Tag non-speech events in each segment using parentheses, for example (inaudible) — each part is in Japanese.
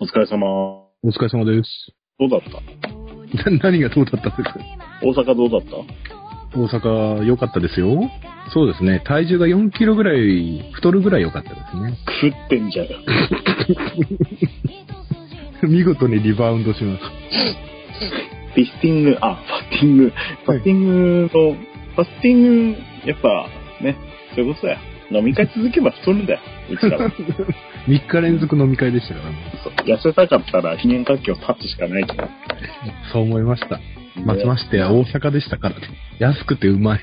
お疲れ様。お疲れ様です。 (laughs) どうだったな何がどうだったんですか大阪どうだった大阪良かったですよ。そうですね。体重が4キロぐらい、太るぐらい良かったですね。食ってんじゃん。 (laughs) 見事にリバウンドします。フィスティング、あ、ファッティング。ファッティングの、ファッティング、やっぱ、ね、そういうことだよ。飲み会続けば太るんだよ。うちら (laughs) は。 3日連続飲み会でしたからね。そう痩せたかったら、非年活気を立つしかないじゃそう思いました。ん。まちまして大阪でしたからね。安くてうまい。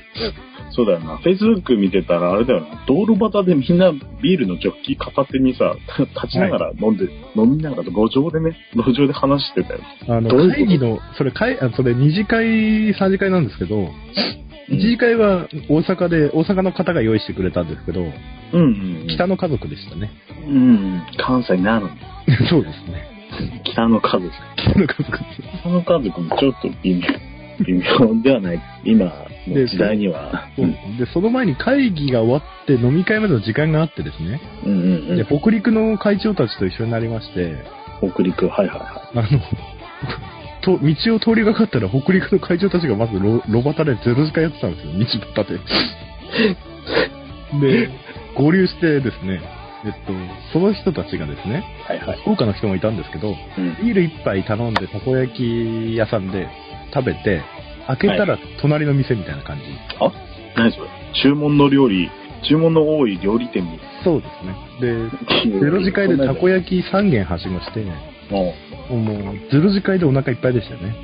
そうだよな。Facebook 見てたら、あれだよな。道路端でみんなビールのジョッキ片手にさ、 (laughs) 立ちながら飲んで、飲みながら路上でね、路上で話してたよ。あのどういうこと会議の、それ会、あそれ2次会、3次会なんですけど、う1次ん会は大阪で、大阪の方が用意してくれたんですけど、うんうんうん。北の家族でしたね。うんうん。関西なの。 (laughs) そうですね。北の家族。 (laughs) 北の家族です。北の家族もちょっと微妙。微妙ではない。今の時代には。そうですねで、その前に会議が終わって飲み会までの時間があってですね、うんうんで、北陸の会長たちと一緒になりまして、うん。北陸、はいはいはあの、 (laughs) と道を通りがかったら北陸の会長たちがまずロロバタでゼロ時間やってたんですよ、道端で。で、合流してですね、えっと、その人たちがですね、い。はいはい。福岡の人もいたんですけど、うん。ビール一杯頼んでたこ焼き屋さんで食べて、開けたら隣の店みたいな感じ。何それ注文の料理、注文の多い料理店に。そうですね。で、ゼロ次会でたこ焼き3軒はしごして、ももう、ゼロ次会でお腹いっぱいでしたね。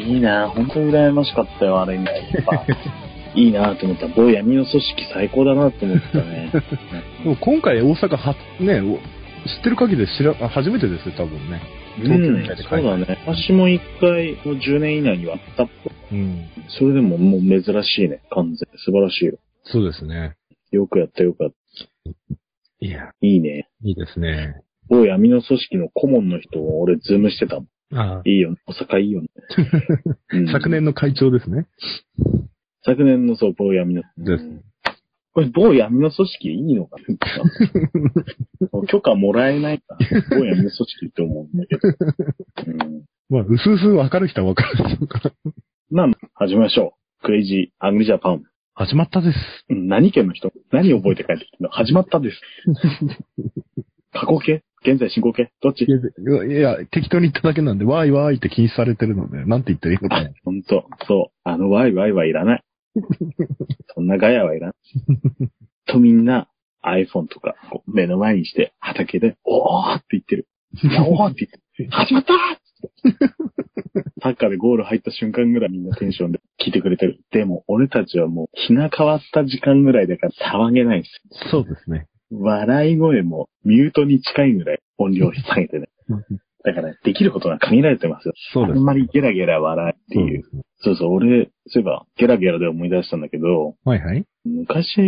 う、いいな本当に羨ましかったよ、あれに。やっ (laughs) ぱいいなと思った。某闇の組織最高だなと思ったね。で (laughs) も今回大阪は、ね、お知ってる限りで知ら、あ初めてですよ、多分ね。う東京みんたいで、そうだね。私も一回、もう10年以内に割ったっぽい。うん。それでももう珍しいね、完全。素晴らしいよ。そうですね。よくやったよくやっいや、た。いいね。いいですね。某闇の組織の顧問の人を俺ズームしてたもん。ああ、いいよね。大阪いいよ (laughs) ね。うん昨。年の会長ですね。昨年のそう、某闇の。ですうんこれ、某闇の組織いいのか (laughs) な許可もらえないかな。某闇の組織って思うんだけど。うん、まあ、うすうすわかる人はわかるでしょうから。まあ、始めましょう。クレイジー、アングリジャパン。始まったです。うん何県の人何覚えて帰ってきたの始まったん (laughs) です。過去形現在進行形どっちいや、いや適当に言っただけなんで、わーいわーいって禁止されてるので、なんて言ったらいいのかあな。、ほんと、そう。あのワイワイはいらない。そんなガヤはいらない。とみんな iPhone とかこう目の前にして畑で、おーって言ってる。いやおーって言ってる。始まったーっつってサッカーでゴール入った瞬間ぐらいみんなテンションで聞いてくれてる。でも俺たちはもう日が変わった時間ぐらいだから騒げないんですよ。そうですね。笑い声もミュートに近いぐらい音量を下げてね。だからできることが限られてますよ。そうあでんす。まりゲラゲラ笑いっていう。そうそう、俺、そういえばゲラゲラで思い出したんだけど、はいはい。昔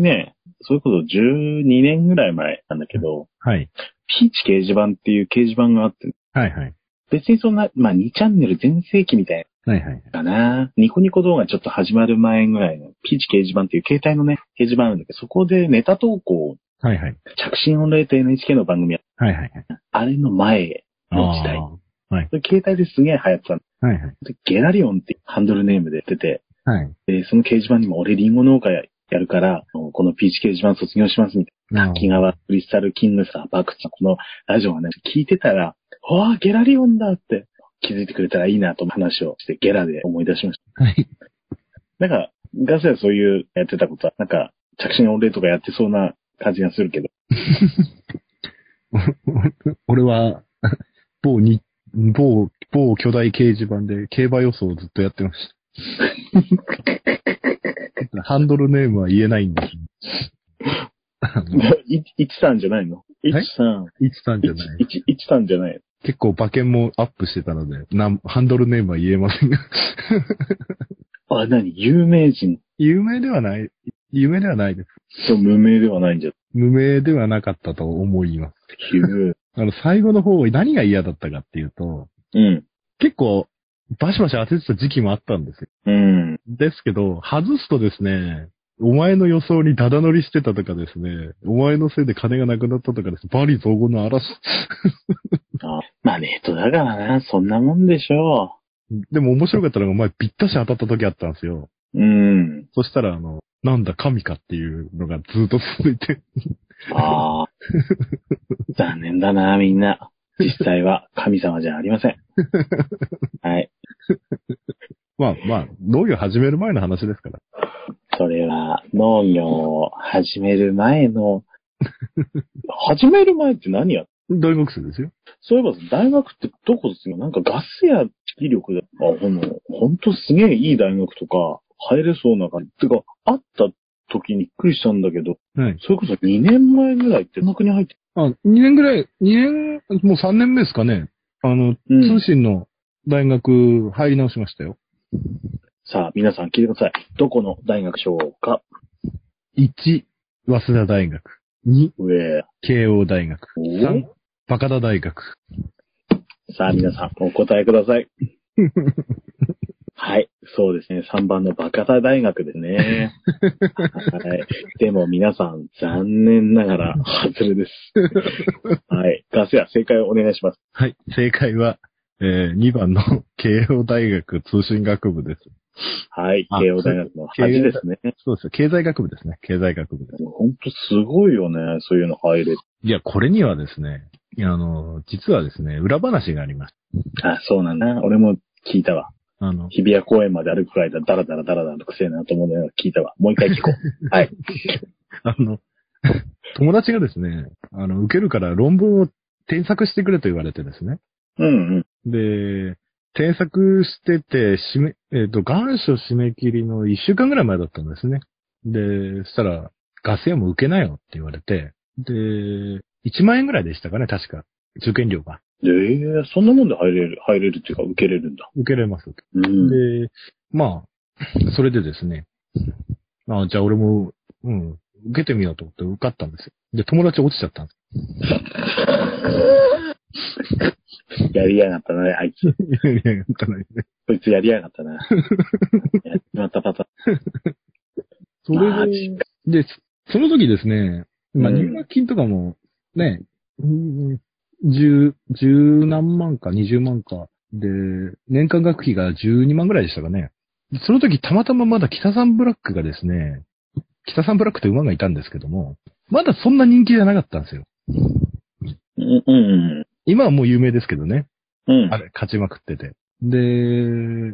ね、そういうこと12年ぐらい前なんだけど、はい。ピーチ掲示板っていう掲示板があって、はいはい。別にそんな、まあ2チャンネル全盛期みたいはいはい。かな。ニコニコ動画ちょっと始まる前ぐらいの、ピーチ掲示板っていう携帯のね、掲示板なんだけど、そこでネタ投稿、はいはい。着信音霊と NHK の番組や、はいはい。あれの前の時代。あ携帯ですげえ流行ってたのーはいはい。でゲラリオンっていうハンドルネームで出てて、はい。で、その掲示板にも俺リンゴ農家やるから、あのこのピーチ掲示板卒業しますみたいなるな。滝川、クリスタル、キングさん、バクさん、このラジオがね、聞いてたら、わあ、ゲラリオンだって気づいてくれたらいいなと話をして、ゲラで思い出しましはい。た。なんか、ガスやそういうやってたことは、なんか、着信音霊とかやってそうな感じがするけど、 (laughs) 俺は、 (laughs) 某に、某、某巨大掲示板で競馬予想をずっとやってま (laughs) した。ハンドルネームは言えないんです。あのいいちさんじゃないのいちさん、いつさんじゃない。いちいちさんじゃない。結構馬券もアップしてたので、なんハンドルネームは言えませんが。あ、なに、有名人有名ではない、有名ではないです。と無名ではないんじゃ。無名ではなかったと思います。ひゅあの、最後の方、何が嫌だったかっていうと、ーうん。結構、バシバシ当ててた時期もあったんですようん。ですけど、外すとですね、お前の予想にダダ乗りしてたとかですね、お前のせいで金がなくなったとかです、バリ増言の嵐。ネットだからな、そんなもんでしょ (laughs) でも面白かったのが、前ぴったし当たった時あったんですよ。う。うん。そしたら、あの、なんだ神かっていうのがずっと続いて、 (laughs) ああ。残念だな、みんな。実際は神様じゃありません。はい。まあまあ、農業始める前の話ですから。それは農業を始める前の、始める前って何や大学生ですよ。そういえば大学ってどこですよなんかガスや気力で、あ、ほんの、ほんとすげえいい大学とか入れそうな感じ。てか、会った時にびっくりしたんだけど、はい。それこそ2年前ぐらいって大学に入って、あ、2年ぐらい、2年、もう3年目ですかね。あの、うん通信の大学入り直しましたよ。さあ、皆さん聞いてください。どこの大学でしょうか1、早稲田大学。2、上。慶応大学。おー3、バカダ大学。さあ、皆さん、お答えくだ (laughs) さい。はい。そうですね。3番のバカタ大学ですね。はい。でも皆さん、残念ながら、外れ (laughs) です。はい。ガス屋、正解をお願いします。はい、正解は、えー、2番の (laughs) 慶応大学通信学部です。はい。あ慶応大学の恥ですね。そうですよ。経済学部ですね。経済学部です。ほんとすごいよね。そういうの入れて。いや、これにはですね、いやあの、実はですね、裏話がありましあ、そうなんだ。俺も聞いたわ。た。あの、 (laughs) 日比谷公園まで歩くくらいだ、ダラダラダラダラとくせえなと思うのよ。聞いたわ。もう一回聞こ (laughs) う。はい。あの、友達がですね、あの、受けるから論文を添削してくれと言われてですね。うんうん。で、添削してて、締め、えっ、と、願書締め切りの1週間ぐらい前だったんですね。で、そしたら、ガス屋も受けなよって言われて、で、1万円ぐらいでしたかね、確か。受験料が。ええそんなもんで入れる、入れるっていうか、受けれるんだ。受けれます。うん。で、まあ、それでですね、あじゃあ俺も、うん、受けてみようと思って受かったんですよ。で、友達落ちちゃったんでやりやがったな、あいつ。す。いやいやいや受かんないこいつやりやが (laughs) ったな。やっちまったパタそマれジで、で、その時ですね、まうあん入学金とかも、ね、うん十、十何万か二十万か、で、年間学費が十二万ぐらいでしたかね。でその時たまたままだ北三ブラックがですね、北三ブラックって馬がいたんですけども、まだそんな人気じゃなかったんですよ。ーン。うん、うん今はもう有名ですけどね。うん、うんあ。れ、勝ちまくってて。で、 (laughs)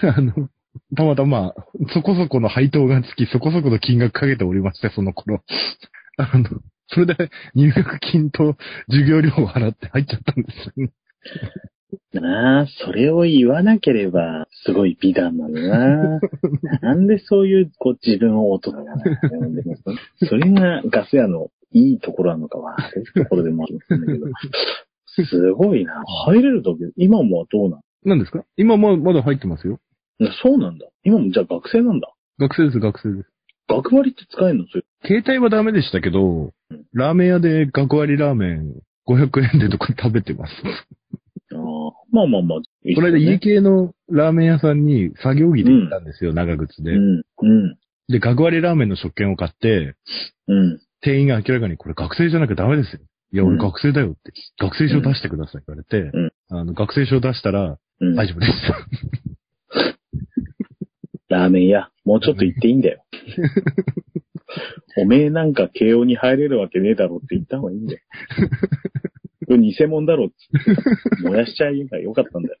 あの、たまたま、そこそこの配当がつき、そこそこの金額かけておりまして、その頃。 (laughs) あの、それで入学金と授業料を払って入っちゃったんですよね。なあ、それを言わなければ、すごい美談なのに (laughs) な。なんでそういう、こう、自分を大人がな。でもそれがガス屋のいいところなのかは、悪いところでもあるんだけど。すごいな。入れるとき、今もはどうな何ですか今ま、まだ入ってますよ。のそうなんだ。今もじゃあ学生なんだ。学生です、学生です。学割って使えるのそれ携帯はダメでしたけどうん、ラーメン屋で学割ラーメン500円でとか食べてます。ああまあまあまあ。いいっこすのよ間ね家系のラーメン屋さんに作業着で行ったんですよ、長靴で。うん、うん、で、学割ラーメンの食券を買って、うん。店員が明らかにこれ学生じゃなきゃダメですよ。いや、うん俺学生だよって、学生証出してくださいって言われて、うんあの、学生証出したら、うん大丈夫です。ラーメン屋、もうちょっと行っていいんだよ。おめえなんか慶応に入れるわけねえだろって言った方がいいんだよ。これ偽物だろっつって。燃やしちゃえばよかったんだよ。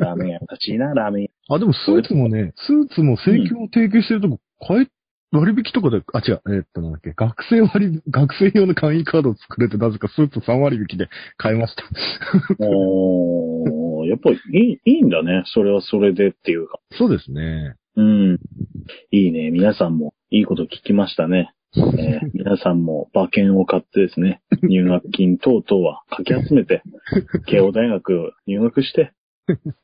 ラーメン屋、立ちいいな、ラーメン屋。あ、でもスーツもね、スーツも請求を提供してるとこ、買え、割引とかで、あ、違う、えーっと、なんだっけ、学生割、学生用の会員カードを作れて、なぜかスーツ3割引で買いました。おー、やっぱりいい、いいんだね。それはそれでっていうか。そうですね。うん。いいね。皆さんもいいこと聞きましたね。え (laughs) ー皆さんも馬券を買ってですね、入学金等々はかき集めて、慶応大学入学して、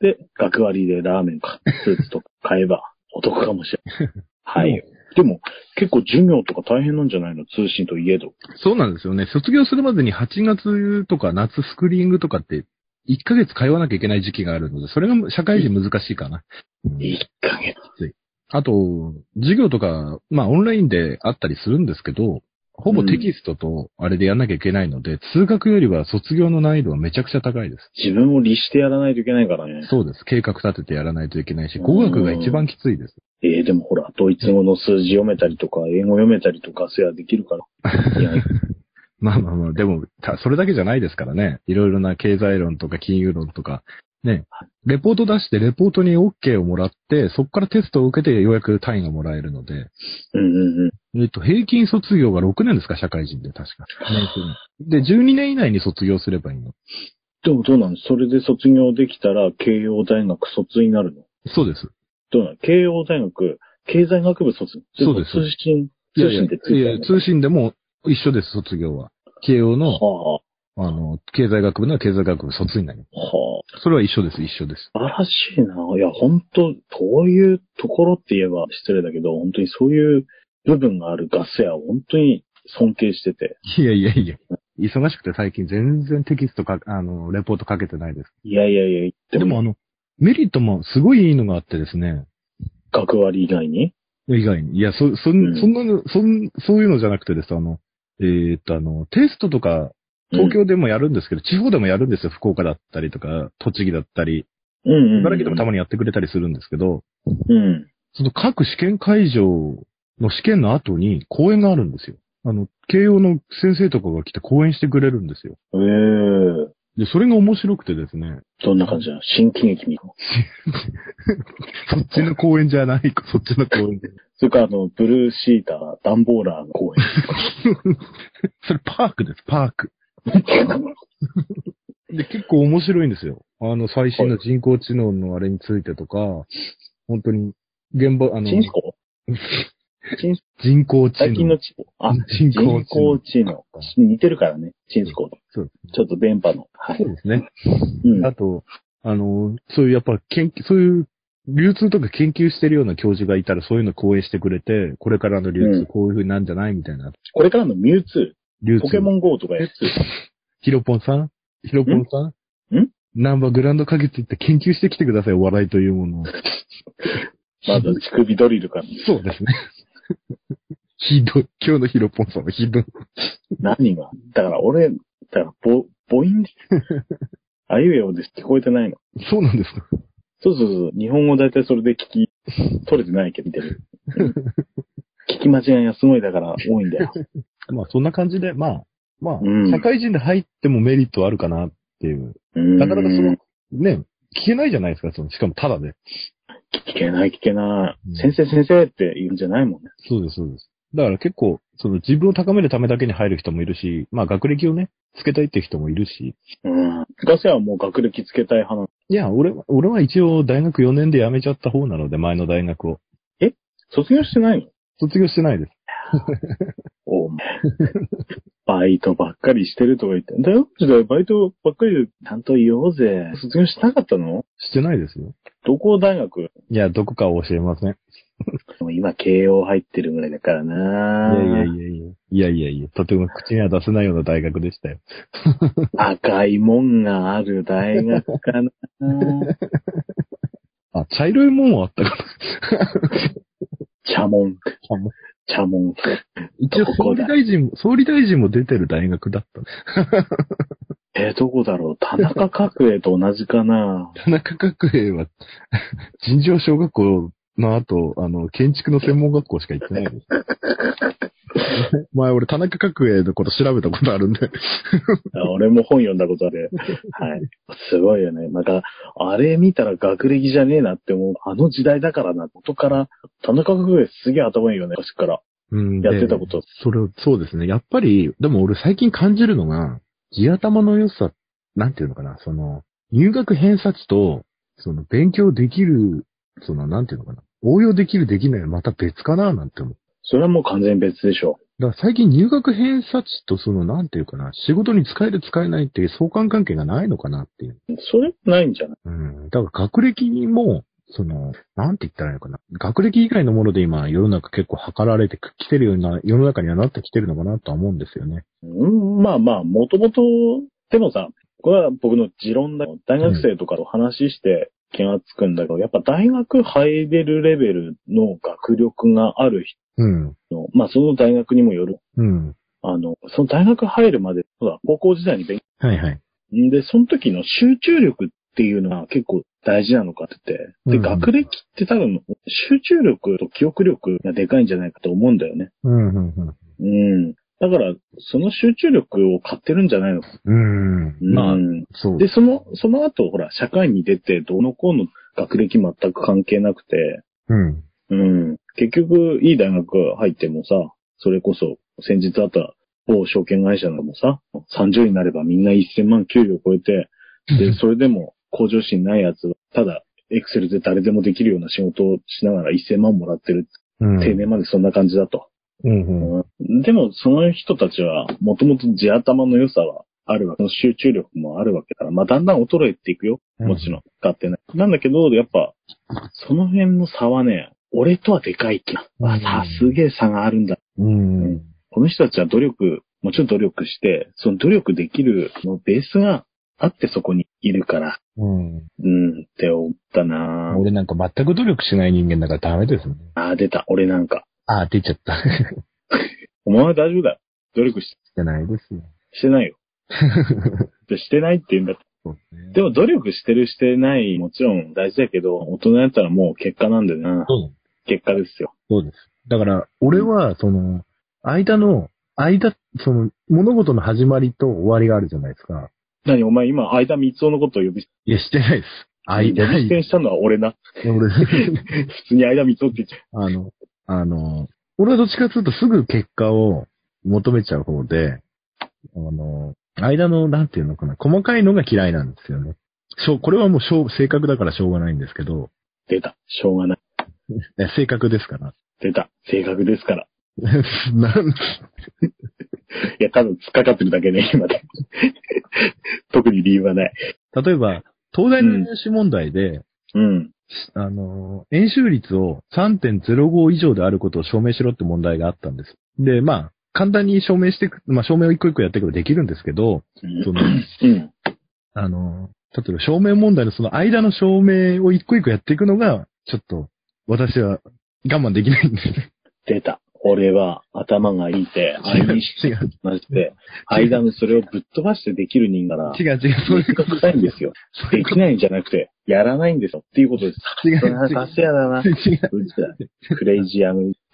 で、学割でラーメンか、スーツとか買えばお得かもしれな (laughs) い。はい。でも、結構授業とか大変なんじゃないの通信といえど。そうなんですよね。卒業するまでに8月とか夏スクリーングとかって、1ヶ月通わなきゃいけない時期があるので、それが社会人難しいかな。 1ヶ月。あと、授業とか、まあオンラインであったりするんですけど、ほぼテキストとあれでやんなきゃいけないので、通学よりは卒業の難易度がめちゃくちゃ高いです。自分を律してやらないといけないからね。そうです。計画立ててやらないといけないし、語学が一番きついです。ええでもほら、ドイツ語の数字読めたりとか、英語読めたりとか、それはできる (laughs) から。いや、まあまあまあ、でも、たそれだけじゃないですからね。いろいろな経済論とか金融論とか、ね、レポート出して、レポートに OK をもらって、そこからテストを受けてようやく単位がもらえるので、うんうんうん。えっと、平均卒業が6年ですか、社会人で (sighs) 確か。で、12年以内に卒業すればいいの。でもどうなのそれで卒業できたら、慶応大学卒になるのそうです。どうなの慶応大学、経済学部卒。そうです通信、通信でついているやいや通信でも一緒です、卒業は。慶応の、はあの、経済学部なら経済学部卒になります。あ、はそれは一緒です、一緒です。あ。素晴らしいな。いや、本当そういうところって言えば失礼だけど、本当にそういう部分があるガス屋を本当に尊敬してて。いやいやいや。忙しくて最近全然テキストか、あの、レポートかけてないです。いやいやいや、でもあの、メリットもすごいいいのがあってですね。学割以外に以外に。いや、そ、そうんん、そんなの、そん、そういうのじゃなくてです。あの、えーっと、あの、テストとか、東京でもやるんですけど、地方でもやるんですよ。福岡だったりとか、栃木だったり、うんうんうん。茨城でもたまに。にやってくれたりするんですけど、うん。その各試験会場の試験の後に講演があるんですよ。あの、慶応の先生とかが来て講演してくれるんですよ。ええで、それが面白くてですね、どんな感じなの新喜劇見るのそっちの公演じ (laughs) ゃない、そっちの公演。それからあの、ブルーシーター、ダンボーラーの公演。それパークです、パーク。 (laughs) で、結構面白いんですよ。あの、最新の人工知能のあれについてとか、本当に、現場、あの、チンスコチンスコ人工知最近能の。チンあ、人工人知能工。知能。似てるからね、チンスコと。そうちょっと電波の。はい。そうですね。うん。あと、あの、そういうやっぱ研究、そういう流通とか研究してるような教授がいたらそういうの講演してくれて、これからの流う通んこういう風になんじゃないみたいな。これからのミュウツ流ー、通。ポケモン GO とかやつ。ヒロポンさんヒロポンさんんんナンバーグランド花月行って研究してきてください、お笑いというものを。まず乳首ドリルから。そうですね。 (laughs) ひどい。今日のヒロポンさんはひどい。何がだから俺、だから、ぼ、母音 (laughs) あいうえおです。聞こえてないの。そうなんですか。そうそうそう。日本語だいたいそれで聞き、取れてないけど、見て (laughs) る。うん聞き間違いがすごいだから多いんだ (laughs) よ。まあそんな感じで、まあ、まあ、うん社会人で入ってもメリットあるかなっていう。ななかなかその、ね、聞けないじゃないですか、その、しかもただで。聞けない聞けなうんい。先生先生って言うんじゃないもんね。そうです、そうです。だから結構、その自分を高めるためだけに入る人もいるし、まあ学歴をね、つけたいって人もいるし、うん。ガセはもう学歴つけたい派なの。いや、俺は、俺は一応大学4年で辞めちゃった方なので、前の大学を。卒業してないの卒業してないです。お前。 (laughs) バイトばっかりしてるとか言って。大学時代バイトばっかりでちゃんと言おうぜ。卒業しなかったのしてないですよ。どこ大学いや、どこかは教えません。でも今、慶応入ってるぐらいだからいなやいやいやいや。いやいやいや、とても口には出せないような大学でしたよ。赤いもんがある大学か (laughs) なあ、茶色いもんはあったか茶門。茶門。茶門。ら。一応総理大臣も、総理大臣も出てる大学だった。えーどこだろう田中角栄と同じかな田中角栄は、 (laughs) 尋常小学校の後、あの、建築の専門学校しか行ってないです。 (laughs) 前俺、田中角栄のこと調べたことあるんで。あ (laughs) 俺も本読んだことある。はい。すごいよね。なんか、あれ見たら学歴じゃねえなって思う。あの時代だからな。元から、田中角栄すげえ頭いいよね。昔から。うんやってたこと。それを、そうですね。やっぱり、でも俺最近感じるのが、地頭の良さ、なんていうのかな、その、入学偏差値と、その、勉強できる、その、なんていうのかな、応用できるできないはまた別かな、なんて思う。それはもう完全に別でしょ。だから最近入学偏差値とその、なんていうかな、仕事に使える使えないっていう相関関係がないのかなっていう。それないんじゃないうん。だから学歴にも、その、なんて言ったらいいのかな。学歴以外のもので今、世の中結構測られてきてるような、世の中にはなってきてるのかなとは思うんですよね。うん、まあまあ、もともと、でもさ、これは僕の持論だけど。大学生とかと話して気がつくんだけど、やっぱ大学入れるレベルの学力があるうん。人の、まあその大学にもよるうん。あの、その大学入るまで、そうだ、高校時代に勉はいはい。強。で、その時の集中力っていうのは結構大事なのかって言って、で、うん学歴って多分、集中力と記憶力がでかいんじゃないかと思うんだよね。うん、うん、うん。だから、その集中力を買ってるんじゃないのか。うん。うん。まあう、んそう。で、その、その後、ほら、社会に出て、どうのこうの学歴全く関係なくて、うん。うん。結局、いい大学入ってもさ、それこそ、先日あった某証券会社なんかもさ、30になればみんな1000万給料超えて、 (laughs) で、それでも向上心ないやつは、ただ、エクセルで誰でもできるような仕事をしながら1000万もらってる。うん。定年までそんな感じだと。うん、うん。うんでも、その人たちは、もともと地頭の良さはあるわけ。その集中力もあるわけだから、まあ、だんだん衰えていくよ。もちろん。使ってない。なんだけど、やっぱ、その辺の差はね、俺とはでかい気が。うんあさすげえ差があるんだ。うん。うん。この人たちは努力、もちろん努力して、その努力できるのベースがあってそこにいるから、うん。うん、って思ったなぁ俺なんか全く努力しない人間だからダメですね。あー、出た。俺なんか。ああ、出ちゃった。 (laughs) じお前は大丈夫だよ。努力しゃないですよ。してない (laughs) よ。でしてないって言うんだって。そうですねでも努力してるしてない、もちろん大事だけど、大人やったらもう結果なんだよな。そう結果ですよ。そうです。だから、俺は、その、間の、間、その、物事の始まりと終わりがあるじゃないですか。何お前今、間三つのことを呼び捨ていや、してないです。呼び捨て間、にしたのは俺な。俺、普通に間三つって言っちゃ (laughs) あの、あの、俺はどっちかというとすぐ結果を求めちゃう方で、あの、間の、なんていうのかな、細かいのが嫌いなんですよね。しょうこれはもうしょう、性格だからしょうがないんですけど、う。出た。しょうがない。え性格ですから。 (laughs) 出た。性格ですから。なんいや、多分突っかかってるだけね、 (laughs) 今で。特に理由はない。例えば、東大の入試問題で、うん。あの、演習率を3.05以上であることを証明しろって問題があったんです。で、まあ、簡単に証明していく、まあ、証明を一個一個やっていけばできるんですけど、その、うん。あの、例えば証明問題のその間の証明を一個一個やっていくのが、ちょっと、私は我慢できないんです。出た。俺は頭がいいって、違愛う、にし違う、まして、間のそれをぶっ飛ばしてできる人間なら、違う、違う、そういう性こ格と、臭いんですよ。そういでうこきないんじゃなくて、やらないんですよ。っていうことです。と、違う、違それはさすがだな。う、違う。うちだ。クレイジーアム。 (laughs)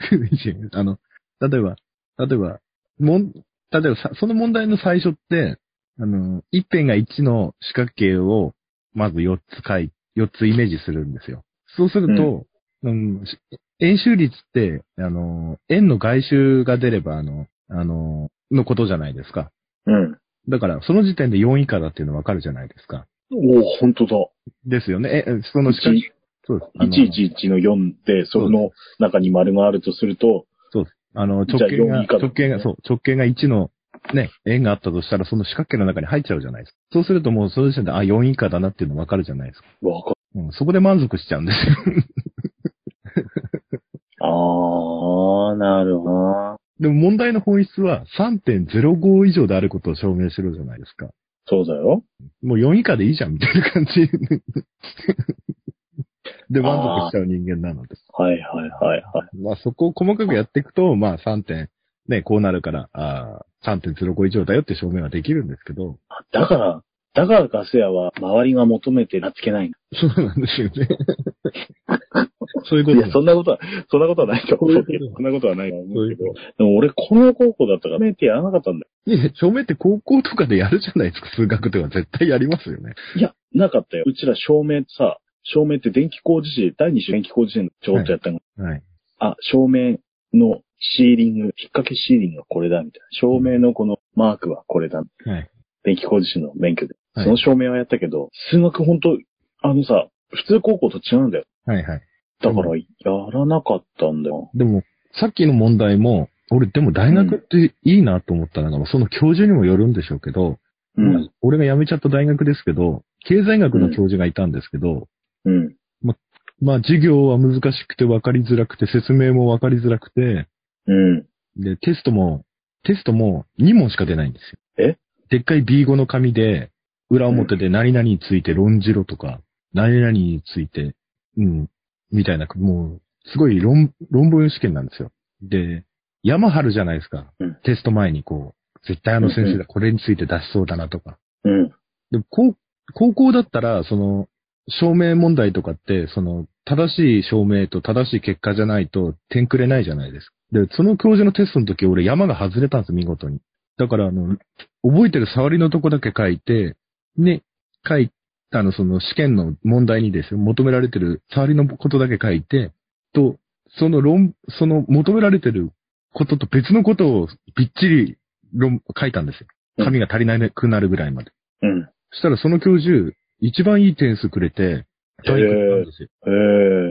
あの、例えば、例えば、もん、例えばさ、その問題の最初って、あの、一辺が1の四角形を、まず4つ書い、4つイメージするんですよ。そうすると、うん、し円周率って、あの、円の外周が出れば、あの、あの、のことじゃないですか。うん。だから、その時点で4以下だっていうのわかるじゃないですか。おおほんとだ。ですよね。え、その四角形。 1そうです。あの111の4って、その中に丸があるとすると、あの、じゃ直あ径4が、以下だもんね直径が、そう、直径が1の、ね、円があったとしたら、その四角形の中に入っちゃうじゃないですか。そうするともう、その時点で、あ、4以下だなっていうの分かるじゃないですか。わかうん、そこで満足しちゃうんですよ。 (laughs) あー、なるほどな。でも問題の本質は、3.05以上であることを証明しろじゃないですか。そうだよ。もう4以下でいいじゃん、みたいな感じ。 (laughs) で、満足しちゃう人間なので。はいはいはいはい。まあ、そこを細かくやっていくと、まあ、3点、ね、こうなるから、あー3.05以上だよって証明はできるんですけど、だから、だからガス屋は周りが求めてなつけないんだ。そうなんですよ (laughs) ね。そういうこいとや、そんなことは、そんなことはないと思うけど、そんなことはないと思そうういけうど、こでも俺、この高校だったから、メってやらなかったんだよ。と。いや、照明って高校とかでやるじゃないですか、数学とか絶対やりますよね。いや、なかったよ。うちら照明さ、照明って電気工事士、第二種電気工事士のちょこっとやったの。はい。あ、照明のシーリング、引っ掛けシーリングはこれだ、みたいな。照明のこのマークはこれだ。はい。電気工事士の免許で。はいその照明はやったけど、数学ほんと、あのさ、普通高校と違うんだよ。はいはい。だから、やらなかったんだよ。でも、さっきの問題も、俺、でも大学っていいなと思ったのが、その教授にもよるんでしょうけど、まあ。俺が辞めちゃった大学ですけど、経済学の教授がいたんですけど、うん。まあ、授業は難しくて分かりづらくて、説明も分かりづらくて、うん。で、テストも、テストも2問しか出ないんですよ。えでっかい B5 の紙で、裏表で何々について論じろとか、何々について、うん、みたいな、もう、すごい論、論文試験なんですよ。で、山春じゃないですか。うんテスト前にこう、絶対あの先う生んうがこれについて出しそうだなとか。うん。でも高高校だったら、その、証明問題とかって、その、正しい証明と正しい結果じゃないと点くれないじゃないですか。で、その教授のテストの時、俺山が外れたんです、見事に。だから、あの、覚えてる触りのとこだけ書いて、ね、書いたの、その試験の問題にですよ、求められてる触りのことだけ書いて、と、その論、その求められてることと別のことをびっちり論、書いたんですよ。紙が足りなくなるぐらいまで。うん。そしたらその教授、一番いい点数くれて、へー大学なんですよ。え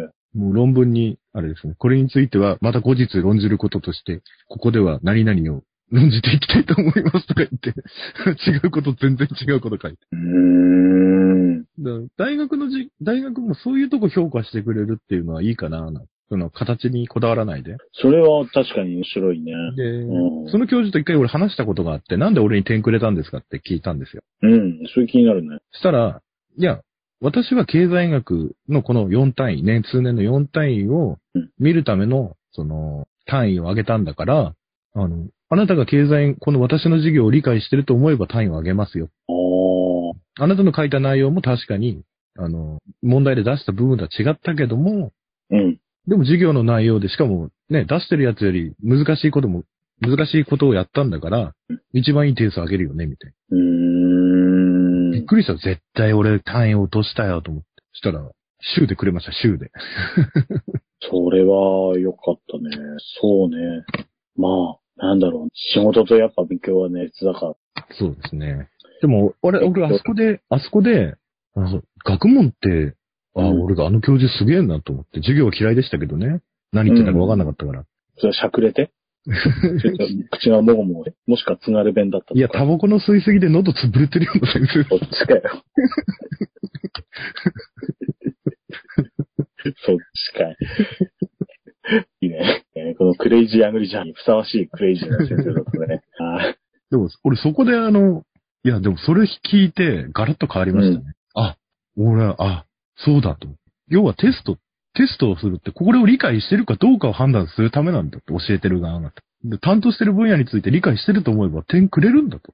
えもう論文に、あれですね、これについては、また後日論じることとして、ここでは何々を論じていきたいと思いますとか言って、 (laughs) 違うこと、全然違うこと書いて。うーん。だから大学のじ、大学もそういうとこ評価してくれるっていうのはいいかな、なんその形にこだわらないで。それは確かに面白いね。で、うんその教授と一回俺話したことがあって、なんで俺に点くれたんですかって聞いたんですよ。うん。それ気になるね。したら、いや、私は経済学のこの4単位、年、通年の4単位をうん見るための、その、単位を上げたんだから、あの、あなたが経済、この私の授業を理解してると思えば単位を上げますよ。ああ。あなたの書いた内容も確かに、あの、問題で出した部分とは違ったけども、うん。でも授業の内容でしかもね、出してるやつより難しいことも、難しいことをやったんだからうん、一番いい点数上げるよね、みたいな。うーびっん。くりした。絶対俺単位落としたよと思って。したら、週でくれました、週で。それは良かったね。そうね。まあ、なんだろう。仕事とやっぱ勉強はね、別だから。 (laughs) そうですね。でも、俺、俺、あそこで、あそこで、あの学問って、あ、うん俺があの教授すげえなと思って、授業は嫌いでしたけどね。何言ってたか分かんなかったから。それはしゃくれ (laughs) てちょっと口がもごもごで。もしくは津軽弁だったとか。いや、タバコの吸いすぎで喉潰れてるような先生。そっちか (laughs) よ。そっちかい。いいね。えーこのクレイジーアングリジャーにふさわしいクレイジーな先生だったね。あでも、俺そこであの、いや、でもそれ聞いて、ガラッと変わりましたね。あ、俺は、あ、そうだと。要はテスト、テストをするって、これを理解してるかどうかを判断するためなんだと、教えてる側がと。で、担当してる分野について理解してると思えば点くれるんだと。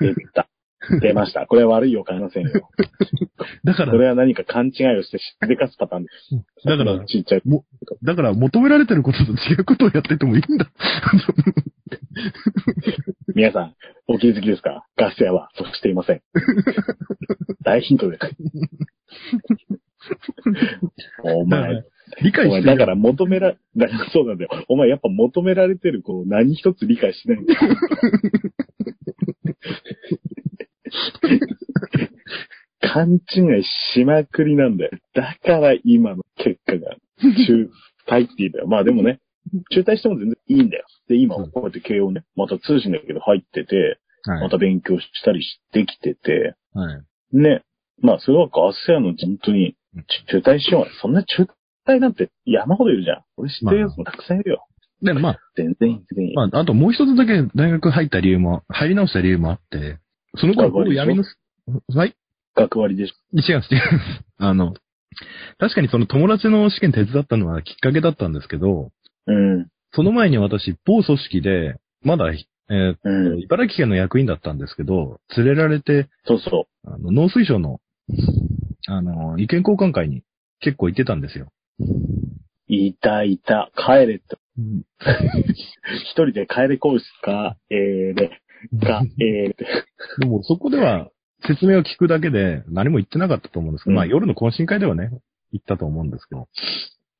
ー出た。出ました。これは悪い予感がせんよ。だかこら、れは何か勘違いをしてしでかすパターンです。だからちっちゃい。だから求められてることと違うことをやっててもいいんだ。皆さん、お気づきですかガス屋は属していません。大ヒントです。お前、理解お前してる。だから求めら、だからそうなんだよ。お前やっぱ求められてる子を何一つ理解しないんだよ。勘違いしまくりなんだよ。だから今の結果が中退って言うんだよ。まあでもね、中退しても全然いいんだよ。で、今こうやって慶応ね、また通信だけど入ってて、はまい。た勉強したりしてきてて、はい。ね。まあそれはガス屋の本当に中退しようがそんな中退なんて山ほどいるじゃん。俺知ってるやつもたくさんいるよ。で、まあ、全然いい、全然いい。まあ、あともう一つだけ大学入った理由も、入り直した理由もあって、その頃、僕闇の、はい学割でし違います、違います。あの、確かにその友達の試験手伝ったのはきっかけだったんですけど、ょ。うん。その前に私、某組織で、まだ、えうーん。茨城県の役員だったんですけど、連れられて、そうそあの農水省の、あの、意見交換会に結構行ってたんですよ。う。いたいた。帰れと。うん、一人で帰れコースか、えー、で、か、えー、で。でもそこでは説明を聞くだけで何も言ってなかったと思うんですけど、うんまあ夜の懇親会ではね、行ったと思うんですけど。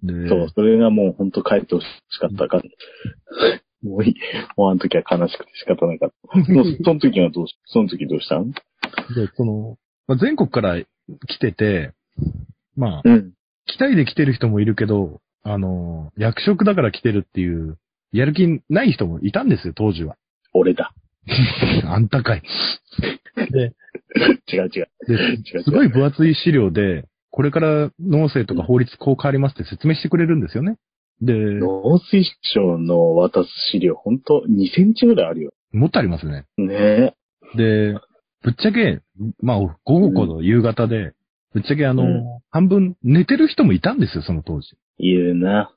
でそう、それがもう本当帰ってほしかったから。もういい。もうあの時は悲しくて仕方なかった。もうその時はどうし、その時どうしたんで、その、まあ、全国から来てて、まあ、うん。期待で来てる人もいるけど、あの、役職だから来てるっていう、やる気ない人もいたんですよ、当時は。 (laughs) 俺だ。あんたかい。で、違う違う。で違う違うすごい分厚い資料で、これから農政とか法律こう変わりますって説明してくれるんですよね。で、農水省の渡す資料、本当2センチぐらいあるよ。もっとありますね。ねえ。で、ぶっちゃけ、まあ、午後の夕方で、ぶっちゃけあの、うん半分寝てる人もいたんですよ、その当時。いるな。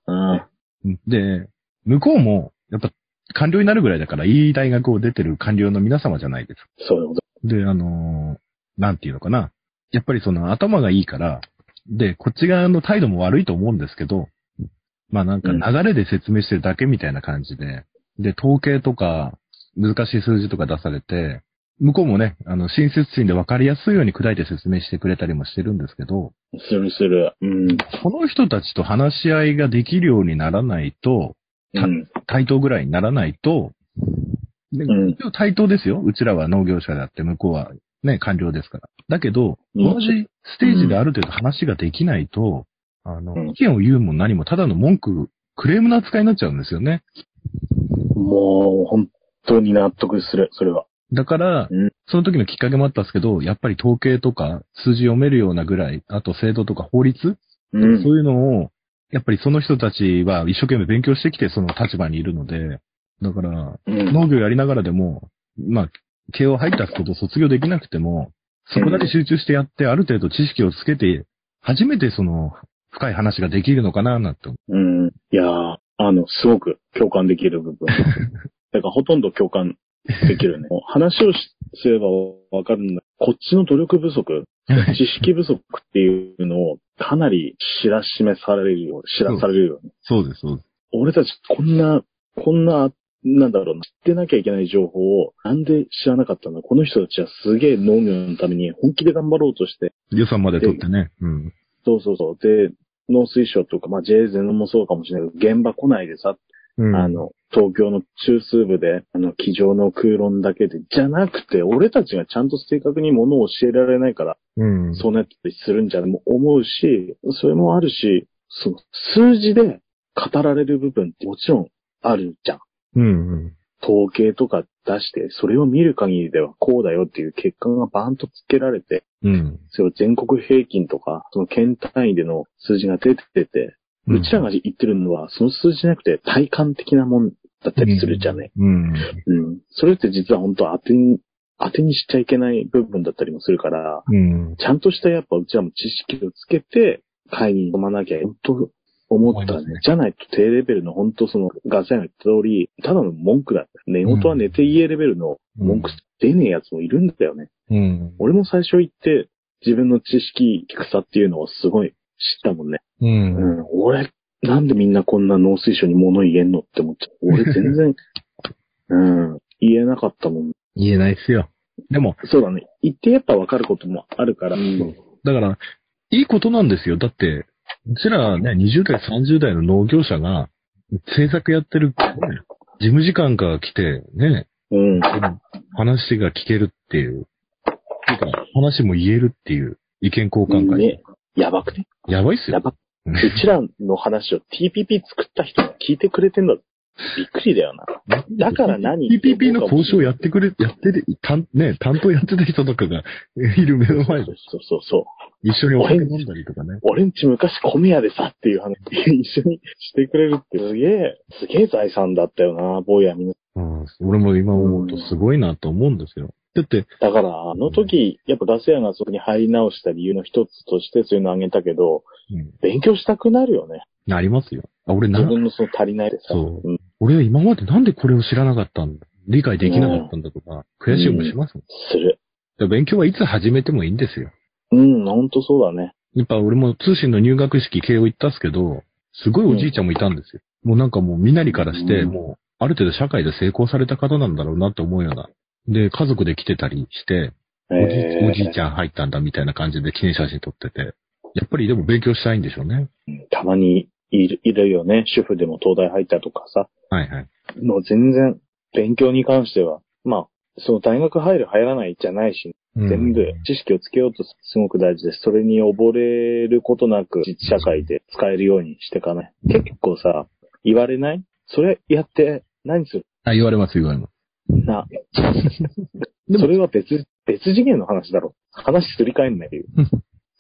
うん。で、向こうも、やっぱ、官僚になるぐらいだから、いい大学を出てる官僚の皆様じゃないですか。そういうこと。で、あのーなんていうのかな。やっぱりその頭がいいから、で、こっち側の態度も悪いと思うんですけど、まあなんかう流んれで説明してるだけみたいな感じで、で、統計とか、難しい数字とか出されて、向こうもね、あの、親切心で分かりやすいように砕いて説明してくれたりもしてるんですけど、するする。うん。この人たちと話し合いができるようにならないと、うん。対等ぐらいにならないと、でうん。一応対等ですよ。うちらは農業者であって、向こうはね、官僚ですから。だけど、うん同じステージである程度話ができないと、あの、うん意見を言うも何もただの文句、クレームの扱いになっちゃうんですよね。もう、本当に納得する、それは。だから、うんその時のきっかけもあったんですけど、やっぱり統計とか数字読めるようなぐらい、あと制度とか法律、うそん。ういうのを、やっぱりその人たちは一生懸命勉強してきてその立場にいるので、だから、うん。農業やりながらでも、まあ、慶応入ったこと卒業できなくても、そこだけ集中してやって、ある程度知識をつけて、初めてその、深い話ができるのかな、なんて思うん。いやーあの、すごく共感できる (laughs) 部分。だから、ほとんど共感できる (laughs) ね。もう話をしすればわかるんだ。こっちの努力不足、う。知識不足っていうのを、かなり知らしめされるよう、知らされるように。そうです、そうです。俺たちこんな、こんな、なんだろうな、知ってなきゃいけない情報を、なんで知らなかったんだこの人たちはすげえ農業のために本気で頑張ろうとして、予算まで取ってね。うん。そうそうそう。で、農水省とか、まあ JA ゼノもそうかもしれないけど、現場来ないでさ、うん。あの、東京の中枢部で、あの、机上の空論だけで、じゃなくて、俺たちがちゃんと正確にものを教えられないから、うん。そうなったりするんじゃないも思うし、それもあるし、その、数字で語られる部分ってもちろんあるじゃん。うん。うん。統計とか出して、それを見る限りではこうだよっていう結果がバーンとつけられて、うん。それを全国平均とか、その県単位での数字が出てて、うちらが言ってるのは、その数字じゃなくて体感的なもんだったりするじゃね。うん。うん。それって実は本当は当てに、当てにしちゃいけない部分だったりもするから、うん。ちゃんとしたやっぱうちらも知識をつけて、会議に飲まなきゃ、本当思った思いねますねじゃないと低レベルの本当その、ガセの言った通り、ただの文句だ。寝言は寝て言えレベルの文句出ねえやつもいるんだよね。うん。俺も最初行って、自分の知識低さっていうのをすごい知ったもんね。う。うんん、俺、なんでみんなこんな農水省に物言えんのって思っちゃう。俺全然、 (laughs) うん、言えなかったもん。言えないっすよ。でも、そうだね。言ってやっぱわかることもあるから。んだから、いいことなんですよ。だって、うちらね、20代、30代の農業者が、制作やってる、ね事務次官が来て、ね、うん。話が聞けるっていう、てか話も言えるっていう意見交換会。ね。やばくて。やばいっすやよ。ばくて。うちらの話を TPP 作った人が聞いてくれてんだ。びっくりだよな。だから何 PPP の交渉やってくれ、やってる、担ね、担当やってた人とかが (laughs) いる目の前でそう、そうそうそう。一緒にお酒飲んだりとかね。俺んち昔米屋でさっていう話、一緒にしてくれるってすげえ、すげえ財産だったよな、坊やみんな。うん、俺も今思うとすごいなと思うんですよ。だって、だから、あの時、やっぱガス屋がそこに入り直した理由の一つとしてそういうのあげたけど、うん、勉強したくなるよね。なりますよ。あ、俺な自、分のその足りないでさ。そうん俺は今までなんでこれを知らなかったんだ理解できなかったんだとか、悔しい思いしますもん。する。だから勉強はいつ始めてもいいんですよ。うん、ほんとそうだね。やっぱ俺も通信の入学式慶応行ったっすけど、すごいおじいちゃんもいたんですよ。もうなんかもうみなりからして、うんもうある程度社会で成功された方なんだろうなって思うような。で、家族で来てたりして、えおじ,、おじいーちゃん入ったんだみたいな感じで記念写真撮ってて。やっぱりでも勉強したいんでしょうね。たまにいる、いるよね。主婦でも東大入ったとかさ。はいはい。もう全然、勉強に関しては、まあ、その大学入る入らないじゃないし、うん全部知識をつけようとすごく大事です。それに溺れることなく、実社会で使えるようにしてかない。結構さ、言われないそれやって何するあ、言われます言われます。な。でもそれは別、別次元の話だろ。話すり替えんないよ。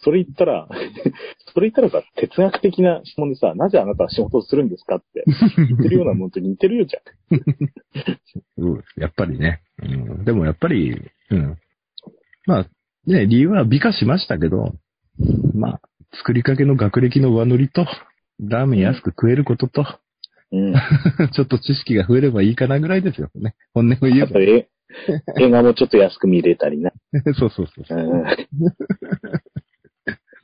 それ言ったら、 (laughs) それ言ったらさ、哲学的な質問でさ、なぜあなたは仕事をするんですかって言ってるようなもんと似てるよじゃん。うんやっぱりね。うん、でもやっぱり、うん。まあ、ね、理由は美化しましたけど、まあ、作りかけの学歴の上塗りと、ラーメン安く食えることと、 (laughs) うん。ちょっと知識が増えればいいかなぐらいですよね。本音を言えあとば。え映画もちょっと安く見れたりな。 (laughs) そうそうそううそう。ん。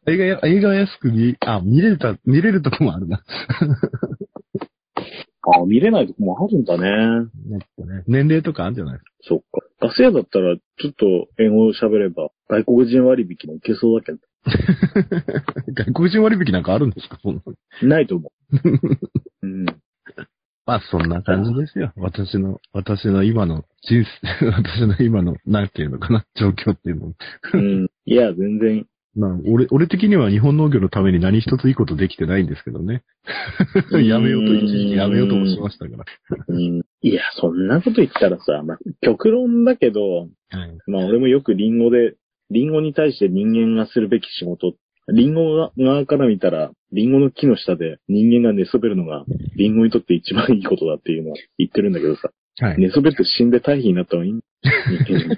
映画や、映画は安く見、あ、見れた、見れるとこもあるな。あ、見れないとこもあるんだね。なんかね年齢とかあるんじゃないですか。そっか。ガス屋だったら、ちょっと英語を喋れば、外国人割引もいけそうだけど。 (laughs) 外国人割引なんかあるんですかそんなないと思う。うん。まあそんな感じですよ。私の、私の今の人生、 (laughs) 私の今の、なんていうのかな、状況っていうの。うん。いや、全然。まあ、俺、俺的には日本農業のために何一ついいことできてないんですけどね。やめようと、一時期やめようともしましたかうん。いや、そんなこと言ったらさ、まあ、極論だけど、ら。はい。まあ俺もよくリンゴで、リンゴに対して人間がするべき仕事、リンゴが側から見たら、リンゴの木の下で人間が寝そべるのが、リンゴにとって一番いいことだっていうのを言ってるんだけどさ、はい。寝そべって死んで退避になったのに、人間なんて。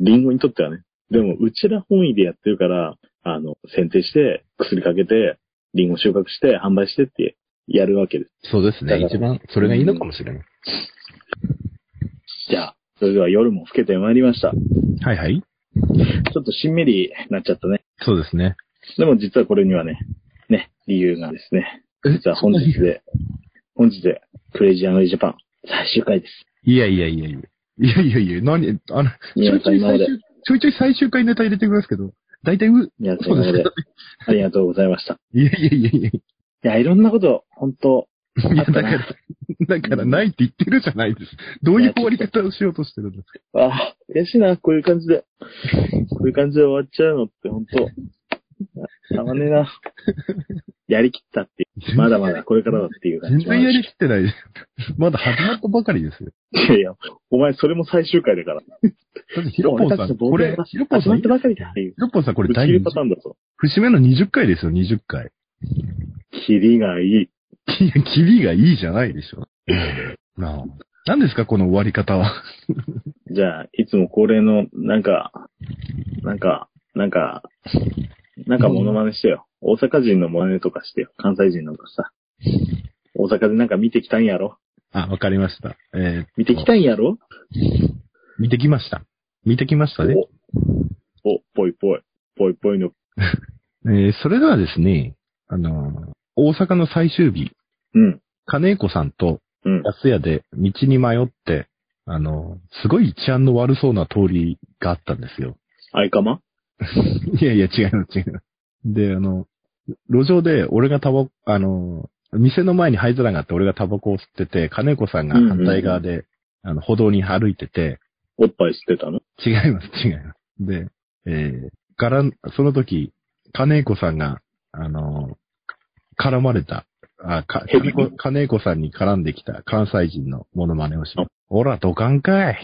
リンゴにとってはね。でも、うちら本意でやってるから、あの、剪定して、薬かけて、リンゴ収穫して、販売してってやるわけです。そうですだね。から一番、それがいいのかもしれない。じゃあ、それでは夜も更けてまいりました。はいはい。ちょっとしんみりなっちゃったね。そうですね。でも実はこれにはね、ね、理由がですね、え実は本日で、本日で、クレイジーアノイジャパン最終回です。いやいやいやいや。いやいやいや、何、あの、ち宮ょ根いちさょんい今ま最で、終、ちょいちょい最終回ネタ入れてくださいけど、大体う、宮根さん今まで、ありがとうございました。いいやいやいやいや。や、いろんなこと、本当いあや、っだかたなら、 (laughs) だからないって言ってるじゃないです。どういう終わり方をしようとしてるんですかああ、嬉しいな、こういう感じで、こういう感じで終わっちゃうのって、本当たまねえな。やりきったっていう。まだまだこれからだっていう感全じ。然やりきってないです。まだ始まったばかりですよ。いやいや、お前それも最終回だから。だってヒロポンさ俺たちん、の忘年会、これヒロポン始さまっん、ヒたばかりだっていう。ロポンさん、これ打ち第切20りパターンだぞ。節目の20回ですよ、20回。 (laughs) キリがいい。いや、キリがいいじゃないでしょ。なあ。何ですか、この終わり方は。 (laughs) じゃあ、いつも恒例の、なんか、なんか、なんか、なんかモノマネしてよ。大阪人のモノマネとかしてよ。関西人のかさ。大阪でなんか見てきたんやろあ、わかりました。えー見てきたんやろ見てきました。見てきましたね。お、お、ぽいぽい。ぽいぽいの。えーそれではですね、あのー大阪の最終日、うん。金子さんとうん。ガス屋で道に迷って、あの、すごい治安の悪そうな通りがあったんですよ。 (laughs) 相かまいやいや、違うの、違うの。で、あの、路上で俺がタバコ、あの、店の前に灰皿があって俺がタバコを吸ってて、金子さんが反対側で、あの、歩道に歩いてて、おっぱい吸ってたの違います、違います。で、えー、から、その時、金子さんが、あの、絡まれた、あ、か、金子、金子さんに絡んできた関西人のモノマネをします。おら、ドカンかい。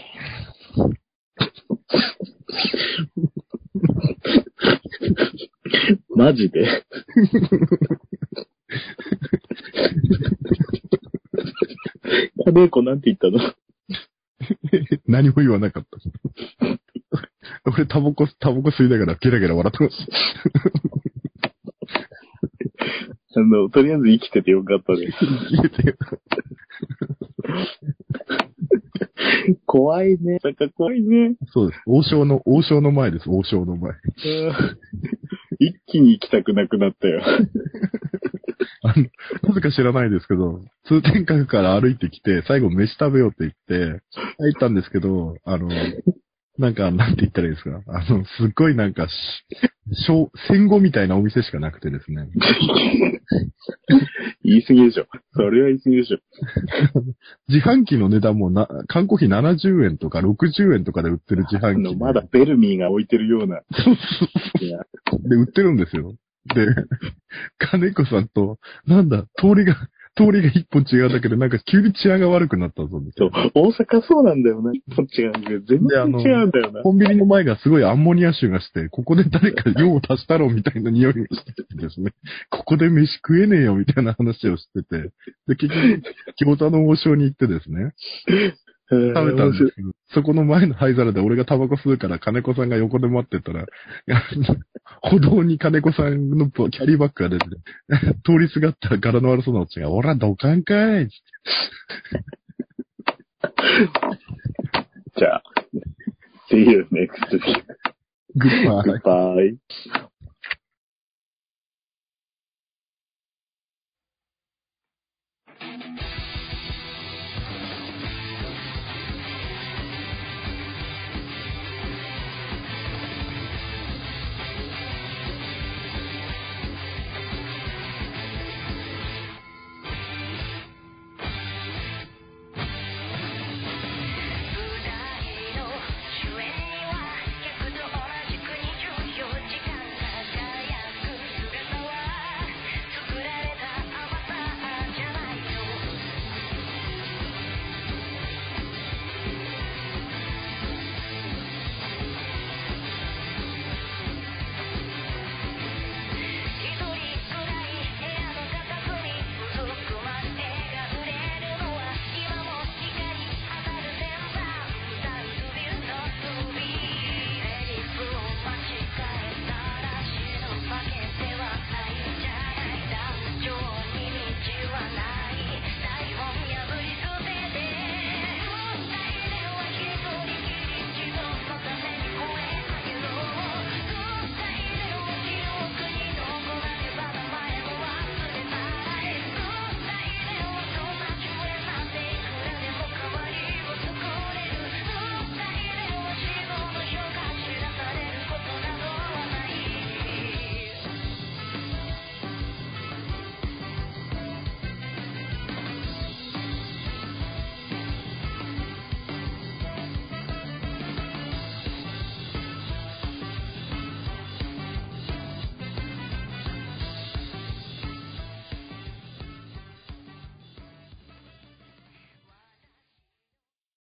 マジ (laughs) でカネコなんて言ったの (laughs) 何も言わなかった。 (laughs) 俺、タバコ、タバコ吸いながらゲラゲラ笑ってましあの、とりあえず生きててよかったです。 (laughs) た。消えて怖いね。なんか怖いね。そうです。王将の、王将の前です、王将の前。うん一気に行きたくなくなったよ。あの、なぜか知らないですけど、通天閣から歩いてきて、最後飯食べようって言って、入ったんですけど、あの、なんか、なんて言ったらいいですか。あの、すっごいなんかし、昭戦後みたいなお店しかなくてですね。言い過ぎでしょ。それは言い過ぎでしょ。自販機の値段もな、缶コーヒー70円とか60円とかで売ってる自あ販機の、で。まだベルミーが置いてるような。いやで、売ってるんですよ。で、金子さんと、なんだ、通りが、通りが一本違うだけで、なんか急に治安が悪くなったそうですそう、大阪そうなんだよな。こっちが全然であの違うんだよな。コンビニの前がすごいアンモニア臭がして、ここで誰か用を足したろうみたいな匂いがしててですね、ここで飯食えねえよみたいな話をしてて、で、結局、餃子の王将に行ってですね、食食べたんですけど、そこの前の灰皿で俺がタバコ吸うから金子さんが横で待ってたら、あの (laughs) 歩道に金子さんのキャリーバッグが出てて、通りすがった柄の悪そうなおっちゃんが、おら、どかんかいっつってじゃあ、See you next week. グッバイ。 Goodbye.